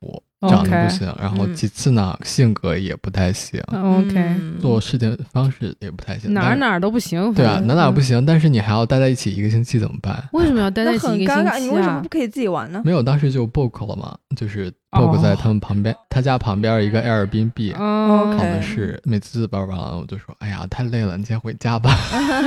长得 OK 不行然后嗯其次呢，性格也不太行， OK，嗯做事情方式也不太行。哪儿但哪儿都不行，对啊，反正哪哪儿不嗯行，但是你还要待在一起一个星期怎么办？为什么要待在那一起很一个尴尬，你星期为什么啊不？可以自己玩呢？没有，当时就 book 了嘛，就是哦 book 在他们旁边，他家旁边一个 Airbnb，哦考的 OK 是每次玩完了我就说，哎呀，太累了，你先回家吧，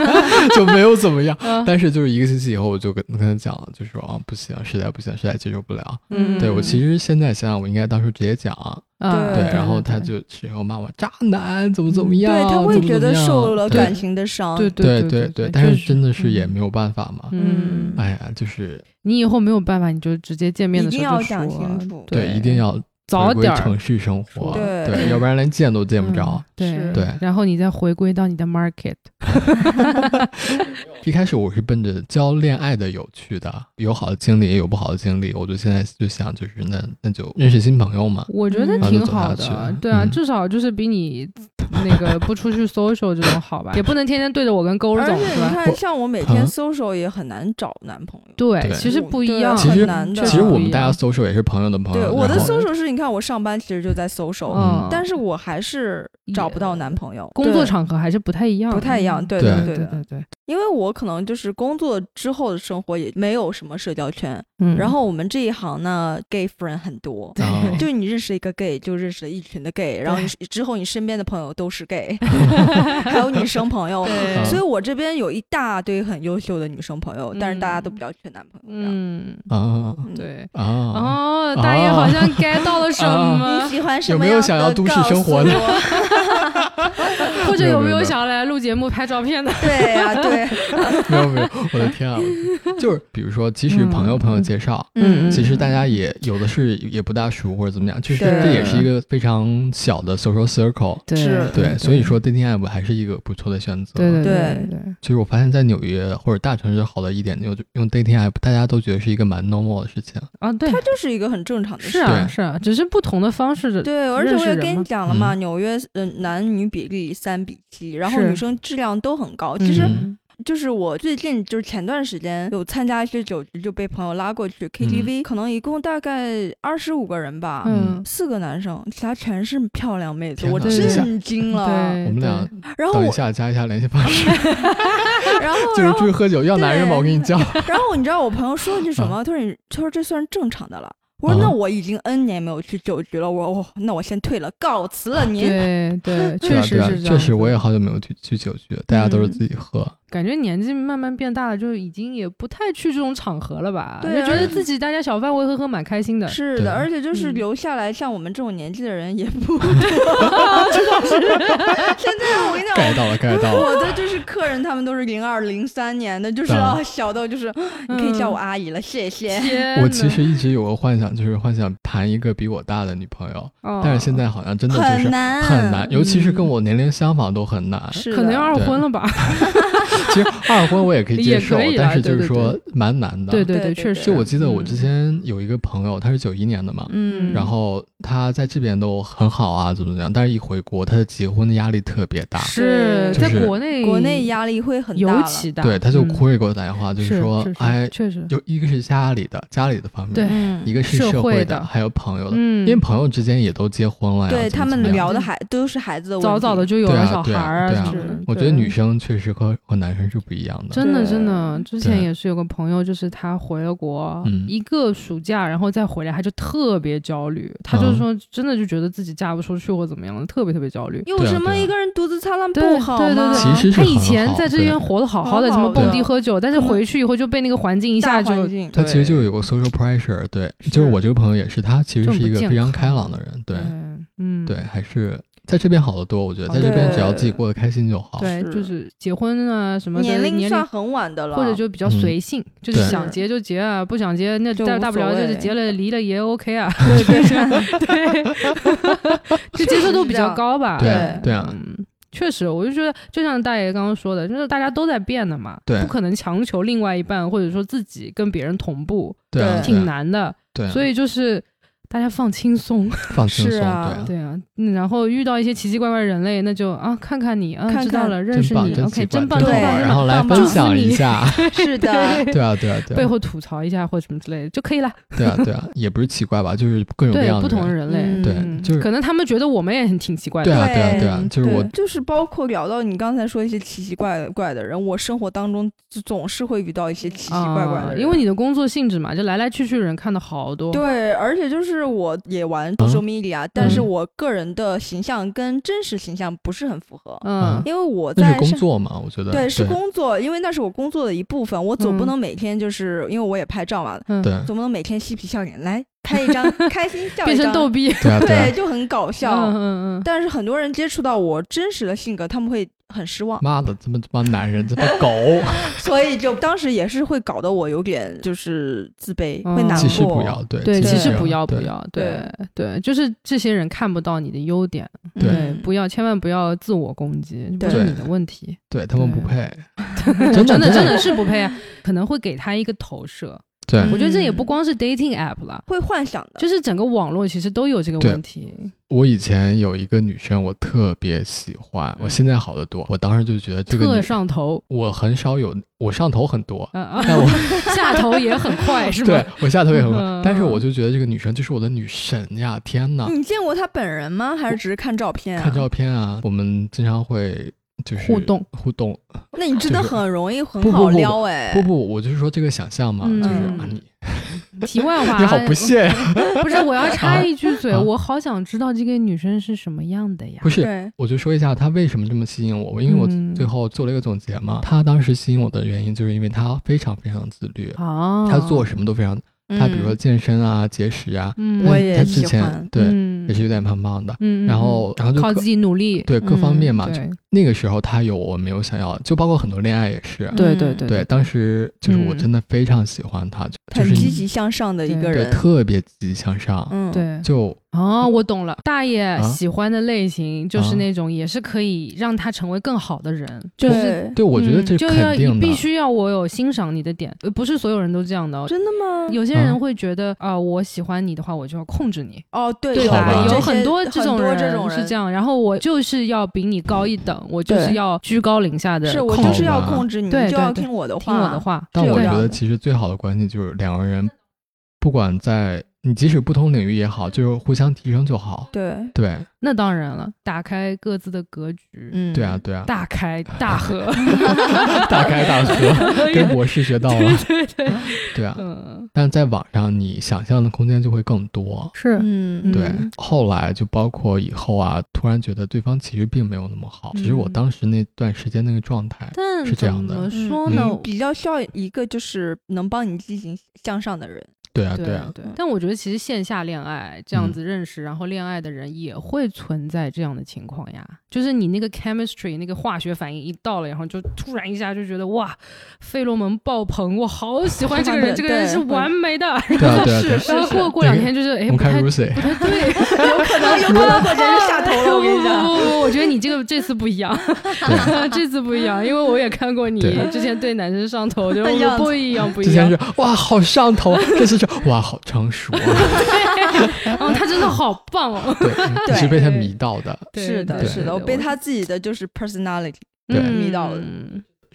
就没有怎么样。嗯但是就是一个星期以后，我就跟跟他讲了，就说啊，不行，实在不行，实在接受不了。嗯对我其实实现在想想，我应该当时直接讲，啊，对对，然后对他就事后骂我渣男，怎么怎么样，对，他会怎么觉怎么得样受了对感情的伤。对对对对，对，但是确实真的是也嗯没有办法嘛。嗯，哎呀，就是你以后没有办法，你就直接见面的一时定候要就讲说清楚对，一定要早回归点儿城市生活，对要不然连见都见不嗯着。对是对然后你再回归到你的 market，一开始我是奔着教恋爱的有趣的，有好的经历也有不好的经历，我就现在就想就是那那就认识新朋友嘛。我觉得嗯挺好那就走下的去，对啊，嗯至少就是比你那个不出去 social 这种好吧，也不能天天对着我跟勾儿而走且是你吧？我看，像我每天嗯 social 也很难找男朋友。对，对其实不一对啊样，其实很难的确其实不我一们大家样 social 也是朋友的朋对，友，我的然后 social 是，你看我上班其实就在 social，、嗯，但是我还是找不到男朋友。工作场合还是不太一样的，不太一样嗯对对对对对的对对，因为我可能就是工作之后的生活也没有什么社交圈，嗯然 后我们这一行呢，gay friend 很多。对哦就你认识一个 gay，就认识了一群的 gay，然后你之后你身边的朋友都是 gay，还有女生朋友，对所以我这边有一大堆很优秀的女生朋友，但是大家都比较缺男朋友。这 样嗯，啊嗯，对。啊，哦，大爷好像 get 到了什哦你么，喜欢什有么没有样想的要都市告生活诉的我 或者没有有没有没有没有想来录节目拍照片的？对呀、对，没有没有，我的天啊，就是比如说，即使朋友嗯朋友介绍，嗯嗯其实大家也有的是也不大熟或者怎么样，就是对这也是一个非常小的 social circle。对是对，所以，说 dating app 还是一个不错的选择。对对对对，其实我发现，在纽约或者大城市好的一点，就用 dating app，大家都觉得是一个蛮 normal 的事情。啊对，它就是一个很正常的事。是啊对是啊，只是不同的方式的，对，而且认我识也人跟嘛你讲了嘛，嗯纽约呃男女比例三比七，然后是女生质量都很高。嗯其实嗯就是我最近就是前段时间有参加一些酒局，就被朋友拉过去嗯 KTV，、可能一共大概二十五个人吧。嗯，四个男生，其他全是漂亮妹子，天我哪对震惊了。对，我们俩然后等一我，下加一下联系方式， 哦然后， 就是然出后，去喝酒要男人吗？对我给你叫。然后，你知道我朋友说了句什嗯么？他说你，他说这算是正常的了。我说啊那我已经 N 年没有去酒局了，我我那我先退了，告辞了您。对对， 对确啊实对啊是这样，确哦实我也好久没有去去酒局，大家都是嗯自己喝。感觉年纪慢慢变大了，就已经也不太去这种场合了吧？对啊就觉而得且自己大家小范围喝喝蛮开心的。是对的，而且就是嗯留下来像我们这种年纪的人也 不多， 真的是。现在我跟你盖讲，到了，盖到了。我的就是客人，他们都是零二零三年的，就是对啊啊，小到就是你可以嗯叫我阿姨了，谢谢。 天我呐其实一直有个幻想，就是幻想谈一个比我大的女朋友，哦但是现在好像真的就是很难，很难，尤其是跟嗯我年龄相仿都很难。是可能要的二婚了吧？其实二婚我也可以接受嗯也可以，啦但是就是对说对蛮难的。 对对对对确实。就我记得我之嗯前有一个朋友，他是九一年的嘛，嗯然后他在这边都很好啊，怎么怎么样，但是一回国，他的结婚的压力特别大，是就在是国内国内压力会很大尤了，其大，对，他就嗯哭着给我打电话，就是说是，是哎，确实，就一个是家里的家里的方面，对嗯一个是社社会会的还有朋友的，嗯，因为朋友之间也都结婚了呀，对怎么他们怎么样聊的孩都是孩子的问题，早早的就有对了啊小孩对啊儿对啊啊什么的，我觉对得女生确实和和男生是不一样的，真的对真的，之前对也是有个朋友，就是他回了国嗯一个暑假，然后再回来，他就特别焦虑，他就嗯是说真的就觉得自己嫁不出去或怎么样的，特别特别焦虑。有对啊什么对啊一个人独自灿烂对 不好对吗？对其对，实是他以很前好在这对边活得好好的，好什么好蹦的迪喝酒，但是回去以后就被那个环境一下大就环，境他其实就对有个 social pressure，对，就是是我这个朋友也是，他其这实种是一不个健非常康开朗的人，对嗯，对，还是在这边好得多，我觉得好在这得边多只要自己过得开心就好。对，是就是结婚啊什么的年龄龄算很晚的了，或者就比较嗯随性，就是对想是结就结啊，不想结那就大无大不了所就是谓结了离了也 OK 啊，对对对， 就接受度比较高吧。对啊对啊嗯，确实，我就觉得，就像大爷刚刚说的，就是大家都在变的嘛，对不可能强求另外一半或者说自己跟别人同步，对啊，对对啊挺难的。对啊，所以就是大家放 轻松，放轻松，是对啊啊，对啊，嗯然后遇到一些奇奇怪怪的人类，那就啊，看看你啊，看知道看了，认真识棒，你真，OK，奇怪，真棒，真对棒好啊棒然后来棒分棒享一 下，是的，对啊，对啊，对背啊，后吐槽一下或什么之类的就可以了。对啊，对啊，也不是奇怪吧，就是各种各对样不的同的人，人类，嗯对嗯就是可能他们觉得我们也很挺奇怪 对的。啊，对啊，对啊对，就是我对，就是包括聊到你刚才说一些奇奇怪怪的人，我生活当中就总是会遇到一些奇奇怪怪的啊人，因为你的工作性质嘛，就来来去去的人看的好多。对，而且就是我也玩 social media，、但是嗯我个人的形象跟真实形象不是很符合，嗯啊，因为我那在是工上作嘛，我觉得对，是对工作，因为那是我工作的一部分，我总不嗯能每天就是因为我也拍照嘛，嗯，对总不能每天嬉皮笑脸来拍一张开心笑一变成张，逗逼，对啊， 对啊对，，就很搞笑。嗯嗯嗯，但是很多人接触到我真实的性格，他们会很 失望，妈的，这么这帮男人，这帮 狗，所以就当时也是会搞得我有点就是自卑，会嗯难其过。实不要，对，对，其其实实不要不对，要，对对，就是这些人看不到你的优点，嗯对，不要千万不要自我攻击，不是对你的问题，对他们不对配，真 真的的真真的的是不配啊，可能会给他一个投射。对我觉得这也嗯不光是 dating app 了，会幻想的，就是整个网络其实都有这个对问题。我以前有一个女生，我特别喜欢，我现在好得多。我当时就觉得这个嗯特女，上头，我很少有，我上头很 多，啊啊，但我下头也很快，是 对吧？我下头也很嗯快，但是我就觉得这个女生就是我的女神呀！天哪，你见过他本人吗？还是只是看照片、啊？啊看照片啊，我们经常会就是互动互动。那你真的就是很容易很不不好不撩哎、不不，我就是说这个想象嘛，就是嗯啊你题外话，你好不屑呀，不是，我要插一句 嘴，啊我好想知道这个女生是什么样的呀？ 不是。对，我就说一下她为什么这么吸引我，因为我嗯最后做了一个总结嘛。她当时吸引我的原因，就是因为她非常非常自律，啊，她做什么都非常他比如说嗯健身啊、节食啊，嗯，嗯，我他也他之喜欢前对嗯也是有点胖胖的，嗯，嗯然后然后就靠自各己努力，对各方嗯面嘛，就对那个时候他有我没有想要的，就包括很多恋爱也是，对嗯对对嗯对，当时就是我真的非常喜欢他，就很是积你极向上的一个对人，特别积极向上，嗯，对。就哦，我懂了，大爷啊喜欢的类型就是啊那种也是可以让他成为更好的人，对，就是对我觉得嗯这就要肯你定的必，须要我有欣赏你的点，呃不是所有人都这样的哦，真的吗？有些人啊会觉的啊、我喜欢你的话，我就要控制你，哦，对好吧吧？吧有有很多这种种人是这，样，然后我就是要比你高一等，我就是对要居高临下的，是我控就是要吧控制你，对你就对要对听我的听话，我的话。但是我这觉样得的其实最好的关系就是两个人，不管在你即使不同领域也好，就是互相提升就好，对，嗯对那当然了，打开各自的格局，嗯，对啊，对啊，大开大合，大开大合，跟博士学到了， 对对对，对啊，嗯，但在网上你想象的空间就会更多。是，嗯，对嗯，后来就包括以后啊，突然觉得对方其实并没有那么好，只是我嗯当时那段时间那个状态。但是这怎样的么嗯说呢？嗯比较需要一个就是能帮你积极向上 的人，对啊，对啊，但我觉得其实线下恋爱这样嗯子认识，然后恋爱的人也会存在这样的情况呀，就是你那个 chemistry 那个化学反应一到了，然后就突然一下就觉得哇，费洛蒙爆棚，我好喜欢这个 人，对嗯这个人是完美的。对啊， 对啊，对啊。然后过过两天就是哎我们不看太 Lucy， 不太对， 有可能有可能我真是下头了，我跟你讲，不不不不，我觉得你这个这次不一样， 这次不一样，因为我也看过你对之前对男生上头，就不一是样不一样，不之一前样 是。哇好上头，啊这次是哇好成熟啊，哦，他真的好棒哦！对，你对是被他迷到的，对 对是的，是对的，我对被他自己的就是 personality 对嗯迷到了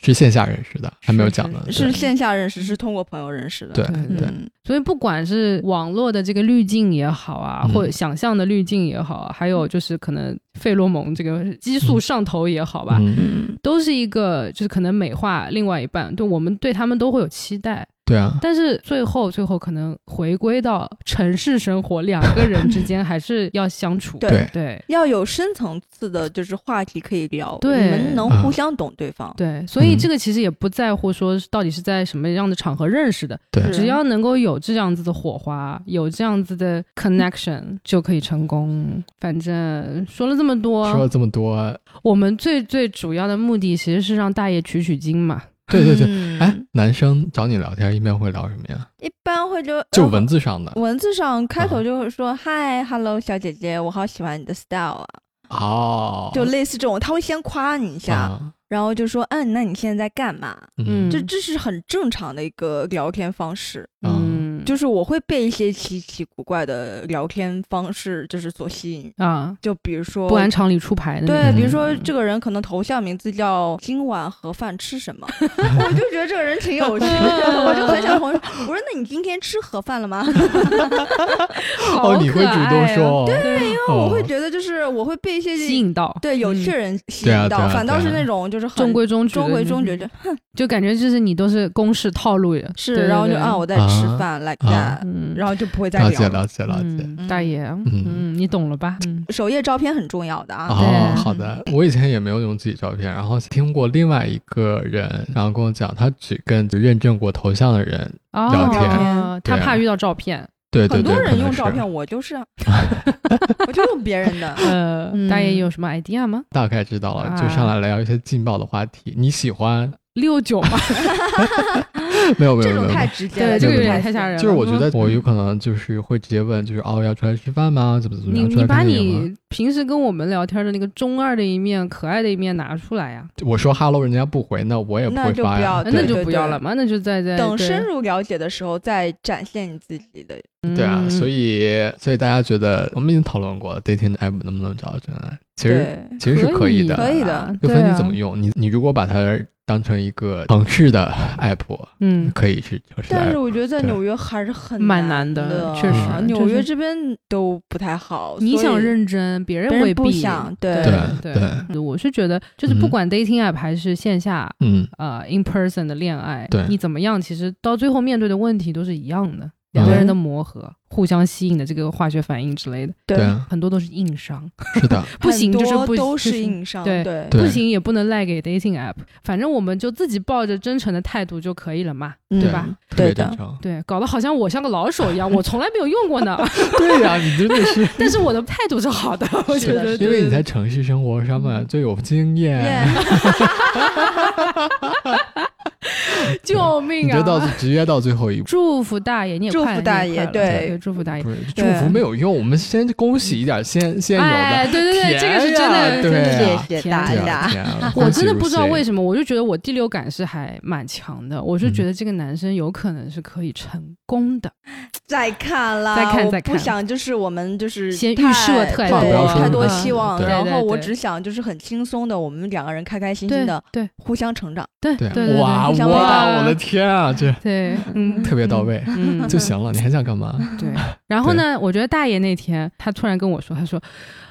是线下认识的，还没有讲呢，是线下认识，是通过朋友认识的。对对对对，嗯，所以不管是网络的这个滤镜也好啊，嗯或者想象的滤镜也好啊，还有就是可能费洛蒙这个激素上头也好吧，嗯，嗯，都是一个就是可能美化另外一半，对我们对他们都会有期待，对啊，但是最后最后可能回归到城市生活，两个人之间还是要相处，对对对要有深层次的，就是话题可以聊，对你们啊能互相懂对方。对，所以嗯这个其实也不在乎说到底是在什么样的场合认识的，对只要能够有这样子的火花，有这样子的 connection 就可以成功。反正说了这么说了多，这么多，我们最最主要的目的其实是让大爷取取经嘛。对对对，对哎，男生找你聊天一般会聊什么呀？嗯一般会就呃就文字上的，文字上开啊头就会说嗨，hello，小姐姐，我好喜欢你的 style 啊，哦，就类似这种，他会先夸你一下，啊然后就说，嗯，那你现在在干嘛？嗯就这是很正常的一个聊天方式，啊嗯，就是我会被一些奇奇古怪的聊天方式就是所吸引，啊，就比如说不按常理出牌的那对，种。比嗯如说这个人可能头像名字叫今晚盒饭吃什么， 我就觉得这个人挺有趣的， 我就很想同事说，我说那你今天吃盒饭了吗？ 好哦，你会可主动爱说啊，哦，对，因为我会觉得就是我会被一些吸引到，对有趣嗯人吸对啊引到，对啊反倒对啊是那种就是很中规中矩的，中规中矩，就，就感觉就是你都是公式套路的，对是，然后就啊，我在吃啊饭，like 啊 that，嗯，然后就不会再了聊解了。了解了解，嗯大爷，嗯嗯，你懂了吧？嗯，首页照片很重要的啊，哦，对好的，我以前也没有用自己照片，然后听过另外一个人，然后跟我讲，他只跟认证过头像的人，聊天哦他对啊怕遇到照片，对对很对，多可人能用是照片，我就是 啊，我就用别人的。呃，嗯大爷有什么 idea 吗？大概知道了，就啊上来聊一些劲爆的话题，你喜 欢？六九嘛，没有没有这没有种没有太。直 接对了，这个有点太吓人嗯就是我觉得我有可能就是会直接问，就是哦要出来吃饭吗？怎么怎么你样？出你来把看电影吗？你平时跟我们聊天的那个中二的一面、可爱的一面拿出来呀，我说 hello，人家不回，那我也不那会就发不呀。要呃对那对就不要了嘛，那就在在等对深入了解的时候再展现你自己的。对啊，嗯所以所以大家觉得我们已经讨论过了，dating app 能不能找到真爱？其实对，其嗯实是可以的，可以的啦就对分啊你怎么用。你你如果把它当成一个城市的 app，嗯，可以是城市的但是 app。我觉得在对嗯纽约还是很蛮难难的的，确实啊就是纽约这边都不太好。你所以想认真，别人别人未必不想对对对，我是觉得就是不嗯管 dating app 还是线下。嗯，呃，in person 的恋爱，对你怎么样，其实到最后面对的问题都是一样的，两个嗯人的磨合、互相吸引的这个化学反应之类的，对啊，很多都是硬伤，是 的，不行很就多是不都就是硬伤，对对对不行也不能赖给 dating app，反正我们就自己抱着真诚的态度就可以了嘛，对吧？特别对的正 常。对，搞得好像我像个老手一样，我从来没有用过 呢，对呀，你真的 是，但是我的态度是好的，嗯我觉得，因为你在才城市生活上面最有经验， Yeah， 救命你啊！这到直接到最后一步。祝福大爷，你也祝快福了大你也爷快了对 对，祝福大爷不。是祝对福没有用，我们先恭喜一点现现有哎，的，对对对，这个是真甜呀的，对啊谢谢天啊大对啊，家。天啊我真的不知道为什什么，我就觉得我第六感是还蛮强的，我是嗯觉得这个男生有可能是可以成功的。再看啦，再看我再看不想就是我们就是先预太设太多对了太多嗯希望，对然对后我对只想就是很轻松的，我们两个人开开心对心的对互相成长。对对对啊对，哇互相喂哇，饱我的天啊，这对，嗯，特别到位嗯，嗯就行了，你还想干嘛？ 对。然后呢，我觉得大爷那天他突然跟我说，他说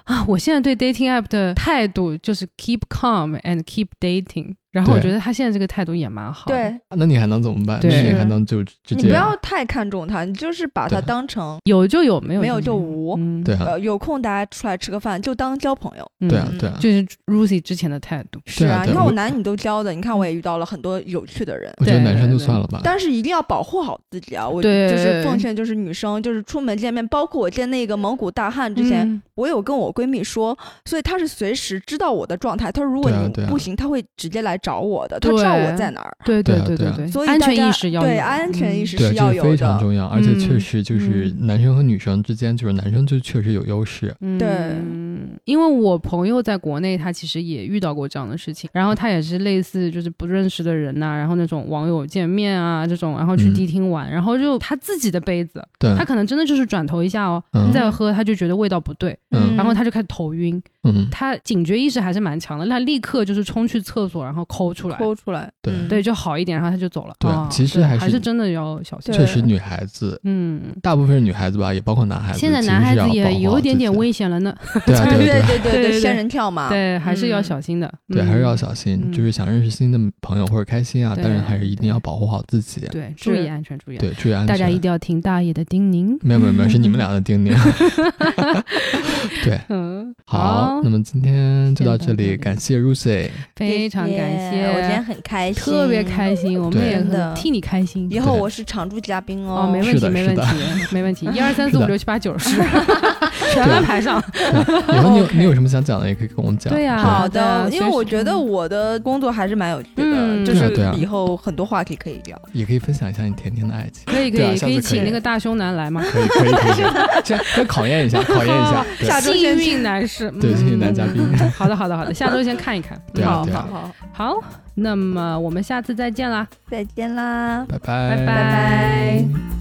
啊，我现在对 dating app 的态度就是 keep calm and keep dating。然后我对觉得他现在这个态度也蛮好的，对，那你还能怎么办？对那你是还能就直你接不要太看重他，你就是把他对当成有就有，没有没有就就有无嗯，对啊，呃，有空大家出来吃个饭，就当交朋友。嗯对啊，嗯对啊。就是 Lucy 之前的态度。是对啊啊，对你看我嗯我男女都交的，你看我也遇到了很多有趣的人，我觉得对男生就对算了吧。但是一定要保护好自己啊！我就对是奉劝，就是女生，就是出门见面，包括我见那个蒙古大汉之前，嗯我有跟我闺蜜说，所以她是随时知道我的状态。她说如果对啊你对啊不行，她会直接来找我的，她知道我对在哪儿。对对啊对对啊对，所以安大全家意识要对有安全意嗯识对，是要这有非的常重要，而且确嗯实就是男生和女生之间，就是男生就确实有优势，对嗯，因为我朋友在国内，他其实也遇到过这样的事情，然后他也是类似就是不认识的人呐、然后那种网友见面啊这种，然后去嗯迪厅玩，然后就他自己的杯子，对，他可能真的就是转头一下哦，嗯再喝他就觉得味道不对，嗯然后他就开始头晕，嗯，他警觉意识还是蛮强的，他立刻就是冲去厕所，然后抠出来，抠出来，对嗯对，就好一点，然后他就走了。对啊其实对还还是真的要小心。确对实女孩子。嗯，大部分是女孩子吧，也包括男孩子。现在其男实孩是子要保也护有好一点自点己的危险了呢，对啊，对对 对对对对，对仙人跳嘛，对，还是要嗯小心的。对，还是要小嗯心。就是想认识新的朋友或者开心啊，对但是还是一定要保护好自己嗯。对，注意安全，注意安全。对，注意安全。大家一定要听大爷的叮咛。没有没有没有，是 你们俩的叮咛。对，嗯，好，那么今天就到这先到这里，里感谢 Lucy。非常感谢，我今天很开心，特别开心，我们对也真的很替你开心。以后对我是常驻嘉宾哦，哦， 没问是题，的没是问的题， 没问题，一二三四五是的六七八九十，全安 排上。对以后你有你有什么想讲的，也可以跟我们讲。对啊呀好好的的，因为我随时觉得我的工作还是蛮有趣嗯的，就对啊对啊是以后很多话题可以聊。也可以分享一下你甜甜的爱情。可以可对啊以下可以次可以请那个大胸男来吗？可以可以可以，先先考验一下，考验一下。对下周幸先运男士，对嗯幸运男嘉宾 好的好的好的，下周先看一看。对啊好对好啊好，好，那么我们下次再见啦。再见啦。拜拜拜拜